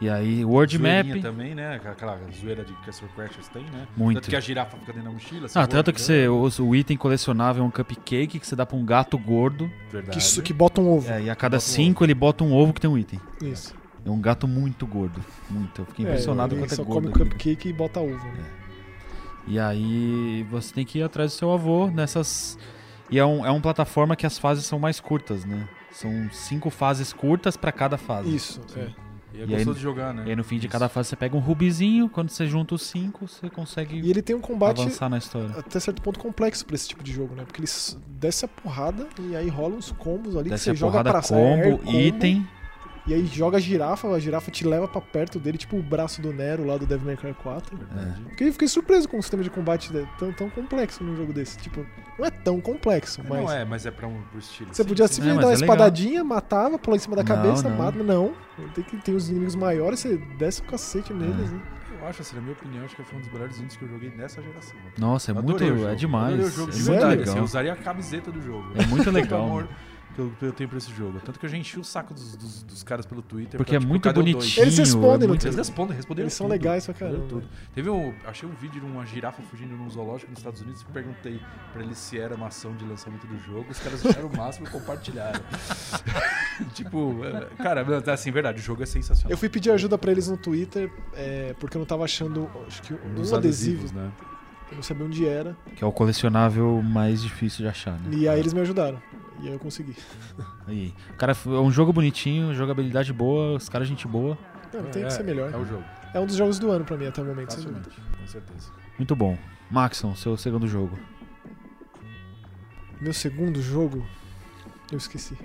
Speaker 1: E aí, World
Speaker 3: Zoeirinha
Speaker 1: Map.
Speaker 3: também, né? Aquela zoeira de Castle Crashers tem, né?
Speaker 1: Muito.
Speaker 3: Tanto que a girafa fica dentro da mochila. você
Speaker 1: Ah,
Speaker 3: voa,
Speaker 1: tanto que
Speaker 3: né?
Speaker 1: você, o, o item colecionável é um cupcake que você dá pra um gato gordo.
Speaker 3: Verdade.
Speaker 2: Que, isso, que bota um ovo.
Speaker 1: É, e a cada
Speaker 3: Bota um
Speaker 1: cinco ele bota um ovo que tem um item.
Speaker 2: Isso.
Speaker 1: É um gato muito gordo. Muito. Eu fiquei
Speaker 2: É,
Speaker 1: impressionado
Speaker 2: ele
Speaker 1: com quanto
Speaker 2: só
Speaker 1: é gordo.
Speaker 2: come cupcake e bota ovo. né?
Speaker 1: E aí você tem que ir atrás do seu avô nessas. E é, um, é uma plataforma que as fases são mais curtas, né? São cinco fases curtas pra cada fase.
Speaker 2: Isso. é.
Speaker 3: E é
Speaker 1: E
Speaker 3: gostoso
Speaker 1: aí-
Speaker 3: de jogar, né?
Speaker 1: E aí no fim de
Speaker 3: Isso.
Speaker 1: cada fase você pega um rubizinho, quando você junta os cinco, você
Speaker 2: E
Speaker 1: consegue
Speaker 2: ele tem um combate
Speaker 1: avançar na história.
Speaker 2: até certo ponto complexo pra esse tipo de jogo, né? Porque ele s- desce a porrada e aí rola uns combos ali
Speaker 1: Desce a
Speaker 2: que você joga
Speaker 1: porrada,
Speaker 2: pra é
Speaker 1: combo,
Speaker 2: air,
Speaker 1: item.
Speaker 2: E aí joga a girafa, a girafa te leva pra perto dele, tipo o braço do Nero lá do Devil May Cry 4.
Speaker 3: Verdade.
Speaker 2: Fiquei, fiquei surpreso com o sistema de combate de- tão, tão complexo num jogo desse. Tipo, não é tão complexo,
Speaker 3: É,
Speaker 2: mas.
Speaker 3: Não é, mas é pra um pro estilo.
Speaker 2: Você
Speaker 3: sim,
Speaker 2: podia
Speaker 3: sim.
Speaker 1: É,
Speaker 2: simplesmente
Speaker 1: mas
Speaker 2: dar uma
Speaker 1: é legal.
Speaker 2: espadadinha, matava, pular em cima da
Speaker 1: Não,
Speaker 2: cabeça,
Speaker 1: não.
Speaker 2: mata. Não. Tem, que, tem os inimigos maiores, você desce o cacete neles,
Speaker 1: É.
Speaker 2: né?
Speaker 3: Eu acho, assim, na minha opinião, acho que foi um dos melhores indies que eu joguei nessa geração.
Speaker 1: Nossa, é
Speaker 3: Adorei o
Speaker 1: muito. É
Speaker 3: jogo.
Speaker 1: demais.
Speaker 3: Adorei o jogo
Speaker 1: é
Speaker 3: de
Speaker 1: muito
Speaker 3: verdade. assim, eu
Speaker 1: legal.
Speaker 3: usaria a camiseta do jogo.
Speaker 1: É
Speaker 3: [laughs]
Speaker 1: muito
Speaker 3: Tanto
Speaker 1: legal.
Speaker 3: amor
Speaker 1: mano.
Speaker 3: que eu, eu tenho pra esse jogo. Tanto que eu já enchi o saco dos, dos- dos caras pelo Twitter.
Speaker 1: Porque
Speaker 3: pra,
Speaker 1: é
Speaker 3: tipo,
Speaker 1: muito
Speaker 3: cadê o dois?
Speaker 1: bonitinho.
Speaker 2: Eles respondem
Speaker 1: é
Speaker 2: no
Speaker 1: muito-
Speaker 3: Eles respondem, responderam
Speaker 2: Eles são
Speaker 3: tudo.
Speaker 2: legais pra caramba.
Speaker 3: Deu tudo. Teve um, achei um vídeo de uma girafa fugindo num zoológico nos Estados Unidos e perguntei pra eles se era uma ação de lançamento do jogo. Os caras acharam o máximo e compartilharam. [laughs] tipo, é, cara, mas, assim, verdade, o jogo é sensacional.
Speaker 2: Eu fui pedir ajuda pra eles no Twitter, é, porque eu não tava achando, acho que um
Speaker 3: Os
Speaker 2: dos adesivos,
Speaker 3: né?
Speaker 2: eu não sabia onde era.
Speaker 1: Que é o colecionável mais difícil de achar, né?
Speaker 2: E aí eles me ajudaram. E aí eu consegui.
Speaker 1: Aí, o cara, é um jogo bonitinho, jogabilidade boa, os caras gente boa.
Speaker 2: Não, tem que ser melhor.
Speaker 3: É o jogo,
Speaker 2: É um dos jogos do ano pra mim até o momento, sem dúvida.
Speaker 3: facilmente, com certeza.
Speaker 1: Muito bom. Maxon, seu segundo jogo.
Speaker 2: Meu segundo jogo, eu esqueci.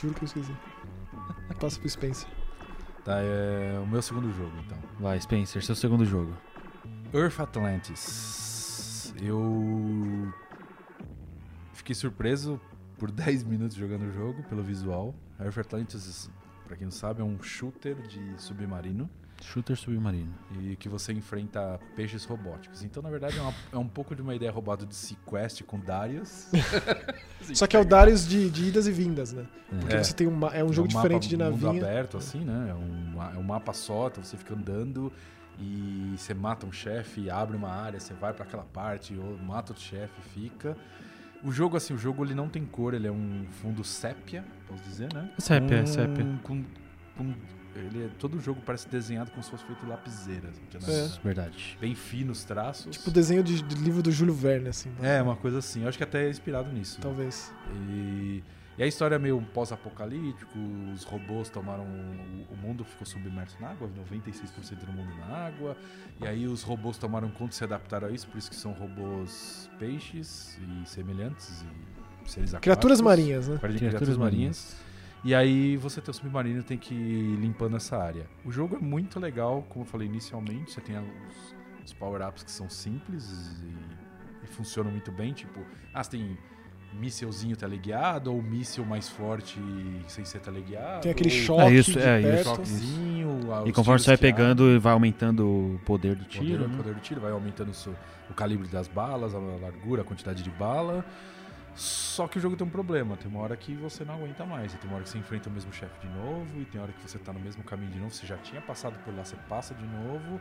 Speaker 2: Juro que eu esqueci. Passa pro Spencer.
Speaker 3: Tá, é o meu segundo jogo, então.
Speaker 1: Vai, Spencer, seu segundo jogo.
Speaker 3: Earth Atlantis. Eu fiquei surpreso por [laughs] 10 minutos jogando o jogo, pelo visual. Earth Atlantis, pra quem não sabe, é um shooter de submarino
Speaker 1: Shooter submarino.
Speaker 3: e que você enfrenta peixes robóticos. Então, na verdade, é, uma- é um pouco de uma ideia roubada de Sequest com Darius.
Speaker 2: Só que é o Darius de, de idas e vindas, né? Porque
Speaker 3: É.
Speaker 2: você tem uma, é um
Speaker 3: É
Speaker 2: jogo
Speaker 3: mapa
Speaker 2: diferente de
Speaker 3: Mundo
Speaker 2: navinha.
Speaker 3: aberto, assim, né? É um, ma- é um mapa só, então você fica andando e você mata um chefe, abre uma área, você vai pra aquela parte, ou mata outro chefe, fica. O jogo, assim, o jogo ele não tem cor, ele é um fundo sépia, posso dizer, né?
Speaker 1: Sépia,
Speaker 3: com,
Speaker 1: sépia.
Speaker 3: Com, com Ele, é- todo jogo parece desenhado como se fosse feito lapiseira. assim, tinha
Speaker 2: É.
Speaker 3: nada-
Speaker 1: Verdade.
Speaker 3: Bem finos traços.
Speaker 2: Tipo o desenho de, de livro do Júlio Verne, assim.
Speaker 3: É, uma coisa assim. Eu acho que até é inspirado nisso.
Speaker 2: Talvez.
Speaker 3: E, e a história é meio um pós-apocalíptico, os robôs tomaram. O, o mundo ficou submerso na água, 96% do mundo na água. E aí os robôs tomaram conta e se adaptaram a isso, por isso que são robôs peixes e semelhantes e seres aquáticos.
Speaker 2: Criaturas marinhas, né?
Speaker 3: Guarda de Criaturas marinhas. E aí você tem o submarino tem que ir limpando essa área. O jogo é muito legal, como eu falei inicialmente, você tem os, os power-ups que são simples e, e funcionam muito bem, tipo, ah, você tem mísselzinho teleguiado, ou míssel mais forte sem ser teleguiado.
Speaker 2: Tem aquele
Speaker 3: ou
Speaker 2: choque
Speaker 1: É isso,
Speaker 2: de
Speaker 1: é
Speaker 2: perto.
Speaker 1: isso.
Speaker 3: choquezinho. ah,
Speaker 1: E
Speaker 3: os
Speaker 1: conforme
Speaker 3: tiros
Speaker 1: você vai
Speaker 3: que há,
Speaker 1: pegando, vai aumentando o poder do
Speaker 3: o poder-
Speaker 1: tiro.
Speaker 3: o
Speaker 1: né?
Speaker 3: poder do tiro, vai aumentando o, seu- o calibre das balas, a largura, a quantidade de bala. Só que o jogo tem um problema, tem uma hora que você não aguenta mais, tem uma hora que você enfrenta o mesmo chefe de novo, e tem hora que você tá no mesmo caminho de novo, você já tinha passado por lá, você passa de novo.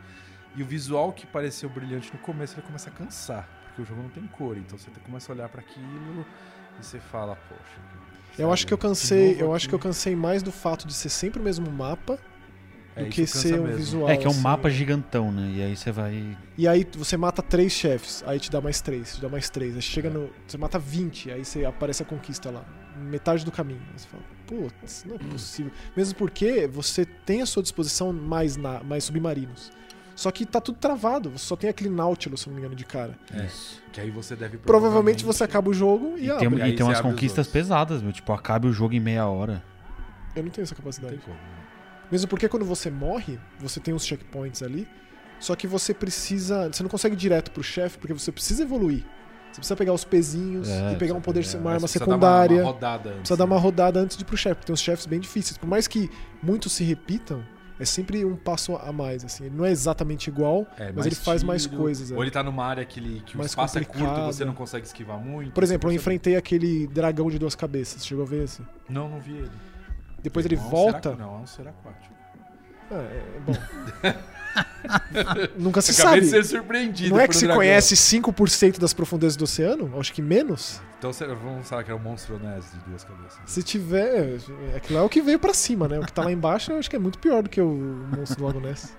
Speaker 3: E o visual que pareceu brilhante no começo, ele começa a cansar, porque o jogo não tem cor, então você começa a olhar para aquilo e você fala, poxa.
Speaker 2: Eu
Speaker 3: sabe,
Speaker 2: acho que eu
Speaker 3: de
Speaker 2: cansei,
Speaker 3: novo
Speaker 2: eu
Speaker 3: aqui.
Speaker 2: acho que eu cansei mais do fato de ser sempre o mesmo mapa
Speaker 3: É,
Speaker 2: do
Speaker 3: isso
Speaker 2: que
Speaker 3: cansa
Speaker 2: ser um
Speaker 3: mesmo.
Speaker 2: visual.
Speaker 1: É que é um
Speaker 2: assim.
Speaker 1: mapa gigantão, né? E aí você vai.
Speaker 2: E aí você mata três chefes, aí te dá mais três, te dá mais três. Aí chega no. Você mata 20, aí você aparece a conquista lá. Metade do caminho. Aí você fala, putz, não é possível. Mesmo porque você tem à sua disposição mais, na, mais submarinos. Só que tá tudo travado, você só tem aquele Nautilus, se eu não me engano, de cara.
Speaker 3: É.
Speaker 1: Isso.
Speaker 3: Que aí você deve
Speaker 2: Provavelmente você acaba o jogo e, ah,
Speaker 1: E
Speaker 2: abre.
Speaker 1: tem,
Speaker 3: aí
Speaker 1: e tem
Speaker 3: você
Speaker 1: umas
Speaker 3: abre os
Speaker 1: conquistas
Speaker 3: outros.
Speaker 1: pesadas, meu. Tipo, acabe o jogo em meia hora.
Speaker 2: Eu não tenho essa
Speaker 3: Não tem
Speaker 2: capacidade.
Speaker 3: como. né?
Speaker 2: Mesmo porque quando você morre, você tem uns checkpoints ali, só que você precisa. Você não consegue ir direto pro chefe, porque você precisa evoluir. Você precisa pegar os pezinhos
Speaker 1: É,
Speaker 2: e pegar um poder,
Speaker 3: É,
Speaker 2: uma
Speaker 3: aí
Speaker 2: arma
Speaker 3: você precisa dar
Speaker 2: secundária.
Speaker 3: Uma, uma rodada antes,
Speaker 2: Precisa dar
Speaker 3: né?
Speaker 2: uma rodada antes de ir pro chefe, porque tem uns chefes bem difíceis. Por mais que muitos se repitam, é sempre um passo a mais, assim. Ele não é exatamente igual,
Speaker 3: É,
Speaker 2: mas
Speaker 3: mais
Speaker 2: ele faz mais
Speaker 3: tiro,
Speaker 2: coisas. é.
Speaker 3: Ou ele tá numa área que, ele- que o
Speaker 2: Mais
Speaker 3: espaço é curto
Speaker 2: complicado.
Speaker 3: e você não consegue esquivar muito.
Speaker 2: Por exemplo, eu
Speaker 3: Você-
Speaker 2: enfrentei aquele dragão de duas cabeças, chegou a ver esse?
Speaker 3: Não, não vi ele.
Speaker 2: Depois ele
Speaker 3: Não, é um
Speaker 2: volta.
Speaker 3: ser- não, é um ser aquático.
Speaker 2: Ah, é, é bom.
Speaker 3: [laughs]
Speaker 2: Nunca se sabe.
Speaker 3: Acabei de ser surpreendido.
Speaker 2: Não é
Speaker 3: por
Speaker 2: que
Speaker 3: um
Speaker 2: se
Speaker 3: dragão.
Speaker 2: conhece 5% das profundezas do oceano? Acho que menos.
Speaker 3: Então você- vamos falar que era um monstronese de duas cabeças.
Speaker 2: Se tiver. é, Aquilo é o que veio pra cima, né? O que tá lá embaixo eu acho que é muito pior do que o monstro do Lago Ness.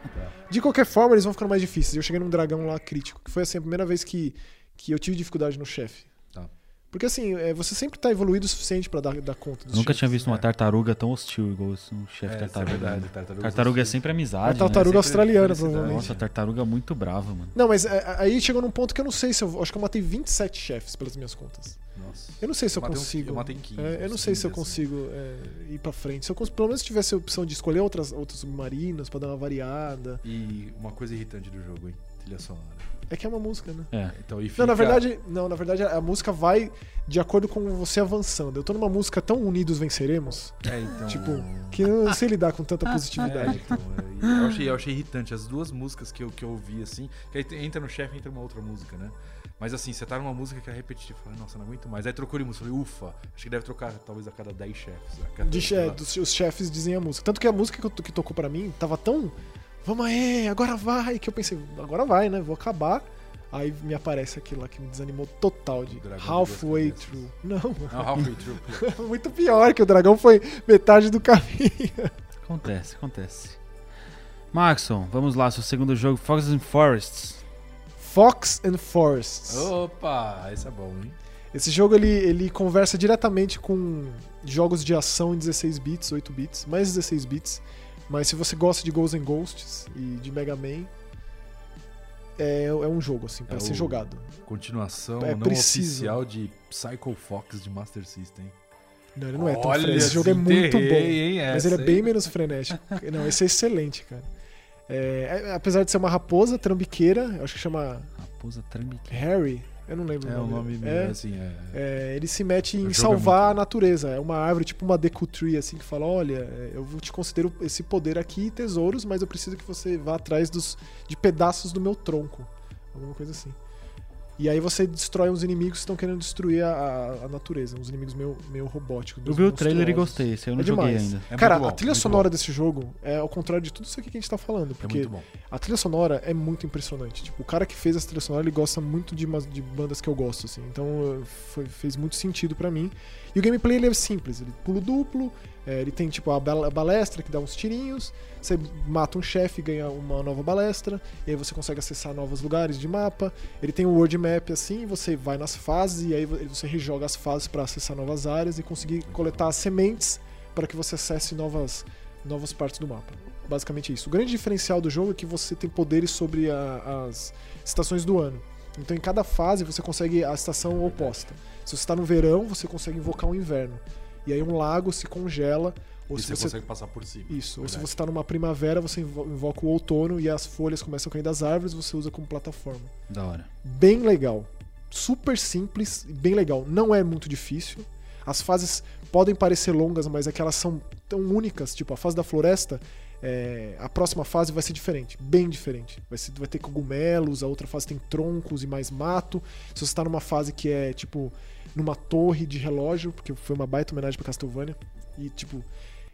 Speaker 2: De qualquer forma, eles vão ficando mais difíceis. Eu cheguei num dragão lá crítico, que foi assim, a primeira vez que, que eu tive dificuldade no chefe.
Speaker 3: Tá.
Speaker 2: Porque assim, é, você sempre tá evoluído o suficiente pra dar, dar conta
Speaker 1: Eu
Speaker 2: dos
Speaker 1: nunca
Speaker 2: chefes.
Speaker 1: tinha visto uma
Speaker 3: é.
Speaker 1: tartaruga tão hostil igual esse, um chefe
Speaker 3: É, isso é
Speaker 1: tartaruga.
Speaker 3: verdade.
Speaker 1: né?
Speaker 3: Tartaruga,
Speaker 1: Tartaruga é sempre amizade.
Speaker 2: A tartaruga
Speaker 1: né?
Speaker 3: é
Speaker 2: australiana,
Speaker 3: felicidade.
Speaker 2: provavelmente.
Speaker 1: Nossa, a tartaruga é muito brava, mano.
Speaker 2: Não, mas é, aí chegou num ponto que eu não sei se eu. Acho que eu matei 27 chefes pelas minhas contas.
Speaker 3: assim. Nossa.
Speaker 2: Eu não sei se eu
Speaker 3: matei uns-
Speaker 2: consigo.
Speaker 3: eu matei em 15,
Speaker 2: É, eu não
Speaker 3: uns
Speaker 2: sei se eu
Speaker 3: 15,
Speaker 2: consigo é, ir pra frente. Se eu cons- pelo menos tivesse a opção de escolher outras, outros submarinos pra dar uma variada.
Speaker 3: E uma coisa irritante do jogo, hein? Trilha sonora.
Speaker 2: É que é uma música, né?
Speaker 1: É.
Speaker 3: Então, e
Speaker 2: Não, na
Speaker 3: fica-
Speaker 2: verdade, não, na verdade a música vai de acordo com você avançando. Eu tô numa música tão unidos venceremos,
Speaker 3: É, então.
Speaker 2: tipo, que eu não sei lidar com tanta
Speaker 3: É,
Speaker 2: positividade.
Speaker 3: então, é, eu, achei, eu achei irritante. As duas músicas que eu, que eu ouvi, assim, que aí te- entra no chefe entra uma outra música, né? Mas assim, você tá numa música que é repetitiva. Fala, nossa, não aguento mais. Aí trocou de música. Falei, ufa, acho que deve trocar talvez a cada 10 chefes. A cada,
Speaker 2: De che-
Speaker 3: sei lá.
Speaker 2: dos- os chefes dizem a música. Tanto que a música que, eu to- que tocou pra mim tava tão. Vamos aí, agora vai! Que eu pensei, agora vai, né? Vou acabar. Aí me aparece aquilo lá que me desanimou total de
Speaker 3: Dragão de duas
Speaker 2: halfway
Speaker 3: cabeças.
Speaker 2: through. Não,
Speaker 3: Não, Halfway Through.
Speaker 2: muito pior que o dragão foi metade do caminho. [laughs]
Speaker 1: Acontece, acontece. Maxon, vamos lá, seu segundo jogo, Foxes and Forests.
Speaker 2: Fox and Forests.
Speaker 3: Oh. Opa, esse é bom, hein?
Speaker 2: Esse jogo ele, ele conversa diretamente com jogos de ação em 16 bits, 8 bits, mais 16 bits. Mas se você gosta de Ghosts and Ghosts e de Mega Man, é, é um jogo assim pra
Speaker 3: É
Speaker 2: ser
Speaker 3: o-
Speaker 2: jogado.
Speaker 3: Continuação
Speaker 2: É
Speaker 3: não
Speaker 2: preciso.
Speaker 3: oficial de Psycho Fox de Master System.
Speaker 2: Não, ele não é tão
Speaker 3: Olha,
Speaker 2: frenético. Esse jogo é
Speaker 3: se
Speaker 2: muito bom.
Speaker 3: enterrei, hein,
Speaker 2: Mas
Speaker 3: essa,
Speaker 2: ele é bem
Speaker 3: hein?
Speaker 2: menos frenético. [laughs] Não, esse é excelente, cara. É, é- apesar de ser uma raposa trambiqueira, eu acho que chama
Speaker 1: Raposa
Speaker 2: É,
Speaker 1: trambique.
Speaker 2: Harry, eu não lembro
Speaker 3: É o nome
Speaker 2: dele.
Speaker 3: mesmo,
Speaker 2: É,
Speaker 3: assim, é.
Speaker 2: É, ele se mete
Speaker 3: O
Speaker 2: em
Speaker 3: jogo é
Speaker 2: salvar
Speaker 3: muito
Speaker 2: a natureza. É uma árvore, tipo uma Deku Tree, assim, que fala: olha, é, eu vou te considero esse poder aqui e tesouros, mas eu preciso que você vá atrás dos, de pedaços do meu tronco. Alguma coisa assim. E aí você destrói uns inimigos que estão querendo destruir a, a- a natureza, uns inimigos meio, meio robóticos.
Speaker 1: Eu
Speaker 2: uns
Speaker 1: vi o trailer e
Speaker 2: monstruosos.
Speaker 1: gostei, esse eu não
Speaker 2: É
Speaker 1: joguei
Speaker 2: demais.
Speaker 1: ainda.
Speaker 3: É
Speaker 2: Cara,
Speaker 3: muito bom,
Speaker 2: a trilha
Speaker 3: muito
Speaker 2: sonora desse jogo é ao contrário de tudo isso aqui que a gente tá falando.
Speaker 3: É
Speaker 2: Porque
Speaker 3: muito bom.
Speaker 2: a trilha sonora é muito impressionante. Tipo, o cara que fez essa trilha sonora, ele gosta muito de, umas- de bandas que eu gosto, assim. Então, eh, foi- fez muito sentido pra mim. E o gameplay, ele é simples. Ele pulo duplo, É, ele tem tipo a bal- a balestra que dá uns tirinhos, você mata um chefe e ganha uma nova balestra, e aí você consegue acessar novos lugares de mapa. Ele tem um world map assim, você vai nas fases e aí vo- você rejoga as fases para acessar novas áreas e conseguir coletar as sementes para que você acesse novas, novas partes do mapa. Basicamente isso. O grande diferencial do jogo é que você tem poderes sobre a- as estações do ano. Então em cada fase você consegue a estação oposta. Se você está no verão, você consegue invocar um inverno. E aí um lago se congela. Ou
Speaker 3: e
Speaker 2: se
Speaker 3: você,
Speaker 2: você
Speaker 3: consegue passar por cima.
Speaker 2: isso. Ou se
Speaker 3: Verdade.
Speaker 2: você tá numa primavera, você invo- invoca o outono e as folhas começam a cair das árvores, você usa como plataforma.
Speaker 1: Da hora.
Speaker 2: Bem legal. Super simples e bem legal. Não é muito difícil. As fases podem parecer longas, mas é que elas são tão únicas. Tipo, a fase da floresta, é, a próxima fase vai ser diferente. Bem diferente. Vai, ser- vai ter cogumelos, a outra fase tem troncos e mais mato. Se você tá numa fase que é, tipo, numa torre de relógio, porque foi uma baita homenagem pra Castlevania. E, tipo,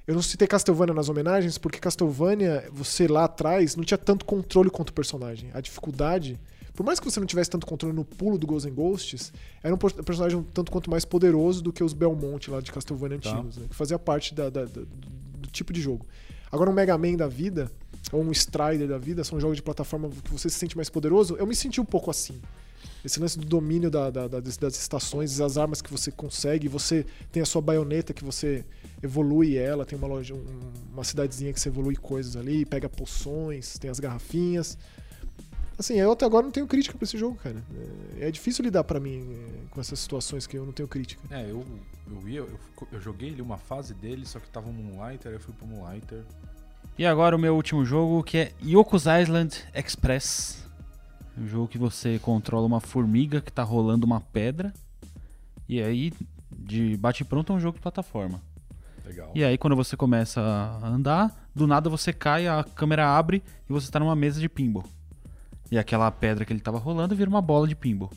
Speaker 2: eu não citei Castlevania nas homenagens, porque Castlevania, você lá atrás, não tinha tanto controle quanto o personagem. A dificuldade. Por mais que você não tivesse tanto controle no pulo do Ghosts and Ghosts, era um por- personagem um tanto quanto mais poderoso do que os Belmont lá de Castlevania
Speaker 3: Tá.
Speaker 2: antigos, né? Que fazia parte da- da- da- do, do tipo de jogo. Agora, um Mega Man da vida, ou um Strider da vida, são jogos de plataforma que você se sente mais poderoso. Eu me senti um pouco assim esse lance do domínio da- da- da- das das estações, as armas que você consegue, você tem a sua baioneta que você evolui ela, tem uma loja, um- uma cidadezinha que você evolui coisas ali, pega poções, tem as garrafinhas. Assim, eu até agora não tenho crítica pra esse jogo, cara. É, é difícil lidar pra mim é, com essas situações que eu não tenho crítica.
Speaker 3: É, eu, eu ia, eu, fico- eu joguei ali uma fase dele, só que tava um Moonlighter, aí eu fui pro Moonlighter.
Speaker 1: E agora o meu último jogo, que é Yoko's Island Express. É Um jogo que você controla uma formiga que tá rolando uma pedra. E aí, de bate pronto, é um jogo de plataforma.
Speaker 3: Legal.
Speaker 1: E aí, quando você começa a andar, do nada você cai, a câmera abre e você tá numa mesa de pinball. E aquela pedra que ele tava rolando vira uma bola de pinball.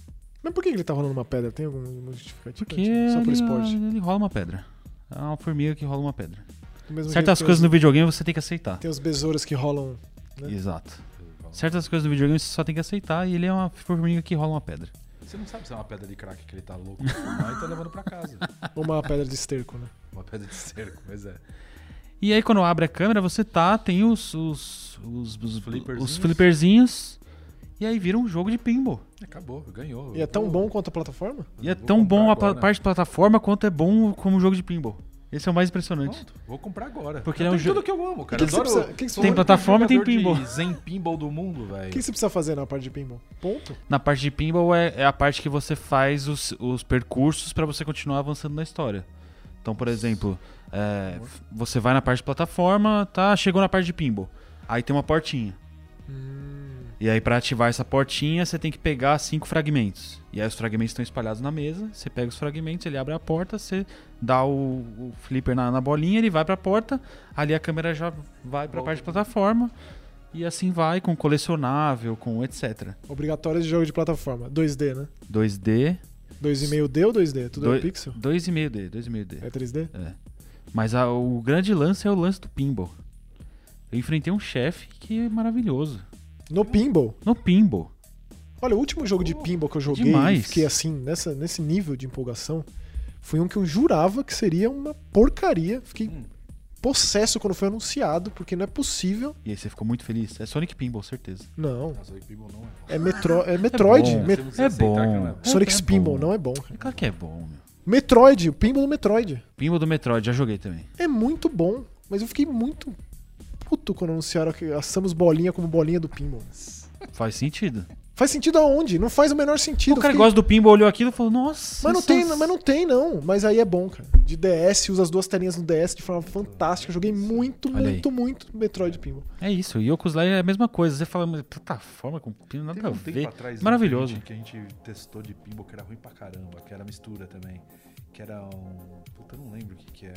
Speaker 2: Mas por que que ele tá rolando uma pedra? Tem alguma justificativa?
Speaker 1: Porque
Speaker 2: Tipo, Só
Speaker 1: ele,
Speaker 2: por
Speaker 1: é
Speaker 2: esporte.
Speaker 1: ele rola uma pedra. É uma formiga que rola uma pedra.
Speaker 2: Do mesmo
Speaker 1: Certas
Speaker 2: jeito que
Speaker 1: coisas
Speaker 2: tem
Speaker 1: no videogame você tem que aceitar.
Speaker 2: os- Tem os besouros que rolam. né?
Speaker 1: Exato.
Speaker 3: Legal.
Speaker 1: Certas coisas no videogame você só tem que aceitar e ele é uma formiga que rola uma pedra.
Speaker 3: Você não sabe se é uma pedra de crack que ele tá louco pra fumar e tá [laughs] levando pra casa.
Speaker 1: [laughs]
Speaker 2: Uma pedra de esterco, né?
Speaker 3: Uma pedra de cerco, mas é.
Speaker 1: E aí quando abre a câmera, você tá, tem os os os, os,
Speaker 3: Flipperzinhos.
Speaker 1: os flipperzinhos e aí vira um jogo de pinball.
Speaker 3: Acabou, ganhou.
Speaker 2: E é tão bom quanto a plataforma?
Speaker 1: E é
Speaker 3: Vou
Speaker 1: tão bom
Speaker 3: comprar
Speaker 1: a pla-
Speaker 3: agora.
Speaker 1: parte de plataforma quanto é bom como jogo de pinball. Esse é o mais impressionante.
Speaker 3: Pronto, vou comprar agora.
Speaker 1: Porque
Speaker 3: Eu
Speaker 1: ele é um
Speaker 3: tenho
Speaker 1: jo-
Speaker 3: tudo que eu amo, cara.
Speaker 2: Que que você
Speaker 3: Adoro-
Speaker 2: precisa- que que você
Speaker 3: sou
Speaker 1: tem
Speaker 3: o único
Speaker 1: plataforma e tem
Speaker 3: jogador de
Speaker 1: pinball.
Speaker 3: Zen pinball do mundo, velho.
Speaker 2: O que você precisa fazer na parte de pinball? Ponto.
Speaker 1: Na parte de pinball é, é a parte que você faz os, os percursos pra você continuar avançando na história. Então, por exemplo, é, f- você vai na parte de plataforma, tá? Chegou na parte de pinball. Aí tem uma portinha. E aí, pra ativar essa portinha, você tem que pegar cinco fragmentos. E aí, os fragmentos estão espalhados na mesa. Você pega os fragmentos, ele abre a porta, você dá o, o flipper na, na bolinha, ele vai pra porta. Ali a câmera já vai pra
Speaker 3: Volta.
Speaker 1: parte de plataforma. E assim vai, com colecionável, com etc.
Speaker 2: Obrigatório de jogo de plataforma. 2D, né?
Speaker 1: 2D,
Speaker 2: 2,5D ou 2D? Tudo
Speaker 1: Doi-
Speaker 2: é pixel?
Speaker 1: 2,5D, 2,5D.
Speaker 2: É 3D?
Speaker 1: Mas a- o grande lance é o lance do pinball. Eu enfrentei um chefe que é maravilhoso.
Speaker 2: No pinball.
Speaker 1: No pinball.
Speaker 2: Olha, o último jogo de pinball que eu joguei
Speaker 1: Demais.
Speaker 2: e fiquei assim, nessa, nesse nível de empolgação, foi um que eu jurava que seria uma porcaria. Fiquei
Speaker 3: Hum.
Speaker 2: possesso quando foi anunciado, porque não é possível.
Speaker 1: E aí você ficou muito feliz. É Sonic Pinball, certeza.
Speaker 2: Não.
Speaker 3: Nossa, o pinball não é bom.
Speaker 2: É, Metro... é Metroid.
Speaker 1: bom.
Speaker 2: Me-
Speaker 3: Você não precisa
Speaker 1: É
Speaker 3: aceitar que não é
Speaker 1: bom.
Speaker 3: bom.
Speaker 2: Sonic's
Speaker 1: é
Speaker 2: Pinball
Speaker 1: bom.
Speaker 2: não é bom. cara.
Speaker 1: É claro que é bom, meu.
Speaker 2: Metroid, o pinball do Metroid.
Speaker 1: Pinball do Metroid, já joguei também.
Speaker 2: É muito bom, mas eu fiquei muito puto quando anunciaram que a Samus Bolinha como bolinha do pinball.
Speaker 1: Faz sentido.
Speaker 2: Faz sentido aonde? Não faz o menor
Speaker 1: O
Speaker 2: sentido.
Speaker 1: cara que
Speaker 2: Fiquei-
Speaker 1: gosta do pinball olhou aquilo e falou, nossa.
Speaker 2: Mas não,
Speaker 1: isso
Speaker 2: tem,
Speaker 1: é-
Speaker 2: mas não tem, não. Mas aí é bom, cara. De DS, usa as duas telinhas no DS de forma fantástica. Eu Joguei muito,
Speaker 1: Olha aí.
Speaker 2: muito, muito Metroid Pinball.
Speaker 1: É isso, o Yoko's Live é a mesma coisa. Você fala, mas plataforma com pinball, nada
Speaker 3: Teve
Speaker 1: a
Speaker 3: um tempo
Speaker 1: ver.
Speaker 3: atrás um
Speaker 1: Maravilhoso.
Speaker 3: Que a, gente, que a gente testou de pinball que era ruim pra caramba, que era mistura também. Que era um. Puta, eu não lembro o que, que é.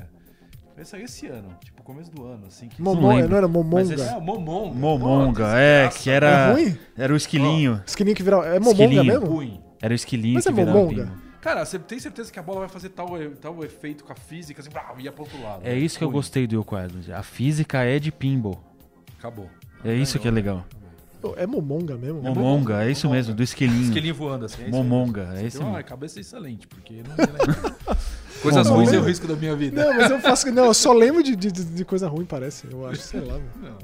Speaker 3: Mas saiu esse ano, tipo, começo do ano, assim. Que...
Speaker 2: Momon,
Speaker 1: lembro.
Speaker 2: não era
Speaker 1: Mas
Speaker 2: Momonga?
Speaker 1: esse-
Speaker 3: É, Momonga.
Speaker 1: Momonga,
Speaker 3: Nossa,
Speaker 1: é,
Speaker 3: desgraça.
Speaker 1: que era.
Speaker 2: É ruim?
Speaker 1: Era o esquilinho.
Speaker 2: Esquininha que virava. É Momonga
Speaker 1: Esquilinho.
Speaker 2: mesmo?
Speaker 3: Ruim.
Speaker 1: Era o esquilinho
Speaker 2: Mas
Speaker 1: que
Speaker 2: é
Speaker 1: virava
Speaker 2: Momonga?
Speaker 1: pinball.
Speaker 3: Cara, você tem certeza que a bola vai fazer tal, e- tal efeito com a física, assim, brau, ia pro outro lado.
Speaker 1: É isso que eu
Speaker 3: Ruim.
Speaker 1: gostei do Yoko Island. A física é de pinball.
Speaker 3: Acabou.
Speaker 1: É isso que é legal.
Speaker 2: Pô, É Momonga mesmo?
Speaker 1: Momonga, é isso
Speaker 3: Momonga.
Speaker 1: mesmo, do esquilinho.
Speaker 3: Esquilinho voando um assim. é isso aí.
Speaker 1: Momonga, é
Speaker 3: Você
Speaker 1: isso
Speaker 3: tem uma
Speaker 1: mesmo. [laughs]
Speaker 3: cabeça excelente, porque não me lembro. Coisas
Speaker 1: Bom,
Speaker 3: ruins
Speaker 1: bom.
Speaker 3: é o risco da minha vida.
Speaker 2: Não, mas eu faço. Não, eu só lembro de, de, de coisa ruim, parece. Eu acho, sei lá, meu.
Speaker 3: Não.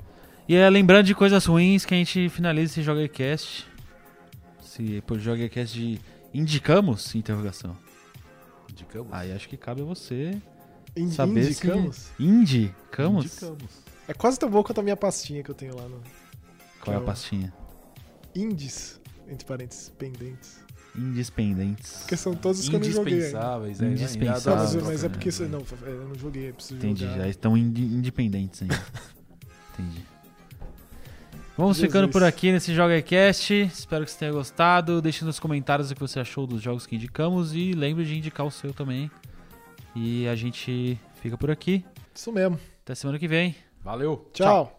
Speaker 1: E é lembrando de coisas ruins que a gente finaliza esse Jogercast. Se por Jogercast de indicamos? Interrogação.
Speaker 3: Indicamos?
Speaker 1: Aí acho que cabe a você.
Speaker 2: Indi-
Speaker 1: Saber se-
Speaker 2: Indicamos?
Speaker 1: Indicamos?
Speaker 3: Indicamos.
Speaker 2: É quase tão bom quanto a minha pastinha que eu tenho lá no.
Speaker 1: Qual é a
Speaker 2: Não.
Speaker 1: pastinha?
Speaker 2: Indies, entre parênteses, pendentes.
Speaker 1: Independentes.
Speaker 2: Porque são todos os que eu não joguei. ainda.
Speaker 3: Indispensáveis, é.
Speaker 1: Indispensáveis.
Speaker 2: Não,
Speaker 1: Ah,
Speaker 2: mas, eu-
Speaker 1: tá,
Speaker 2: mas é
Speaker 1: né?
Speaker 2: porque. isso- Não, é, eu não joguei, eu preciso
Speaker 1: Entendi,
Speaker 2: jogar.
Speaker 1: já estão indi- independentes ainda. Entendi. Vamos
Speaker 2: Jesus.
Speaker 1: ficando por aqui nesse JogaCast. Espero que você tenha gostado. Deixe nos comentários o que você achou dos jogos que indicamos e lembre de indicar o seu também. E a gente fica por aqui.
Speaker 2: Isso mesmo.
Speaker 1: Até semana que vem.
Speaker 3: Valeu.
Speaker 2: Tchau.